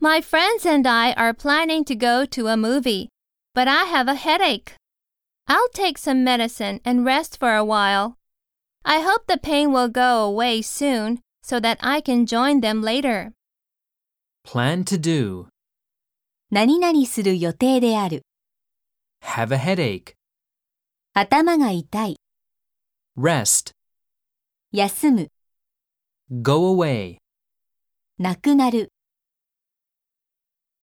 My friends and I are planning to go to a movie, but I have a headache. I'll take some medicine and rest for a while. I hope the pain will go away soon so that I can join them later. Plan to do. 何々する予定である。 Have a headache. 頭が痛い。 Rest. 休む。 Go away. なくなる。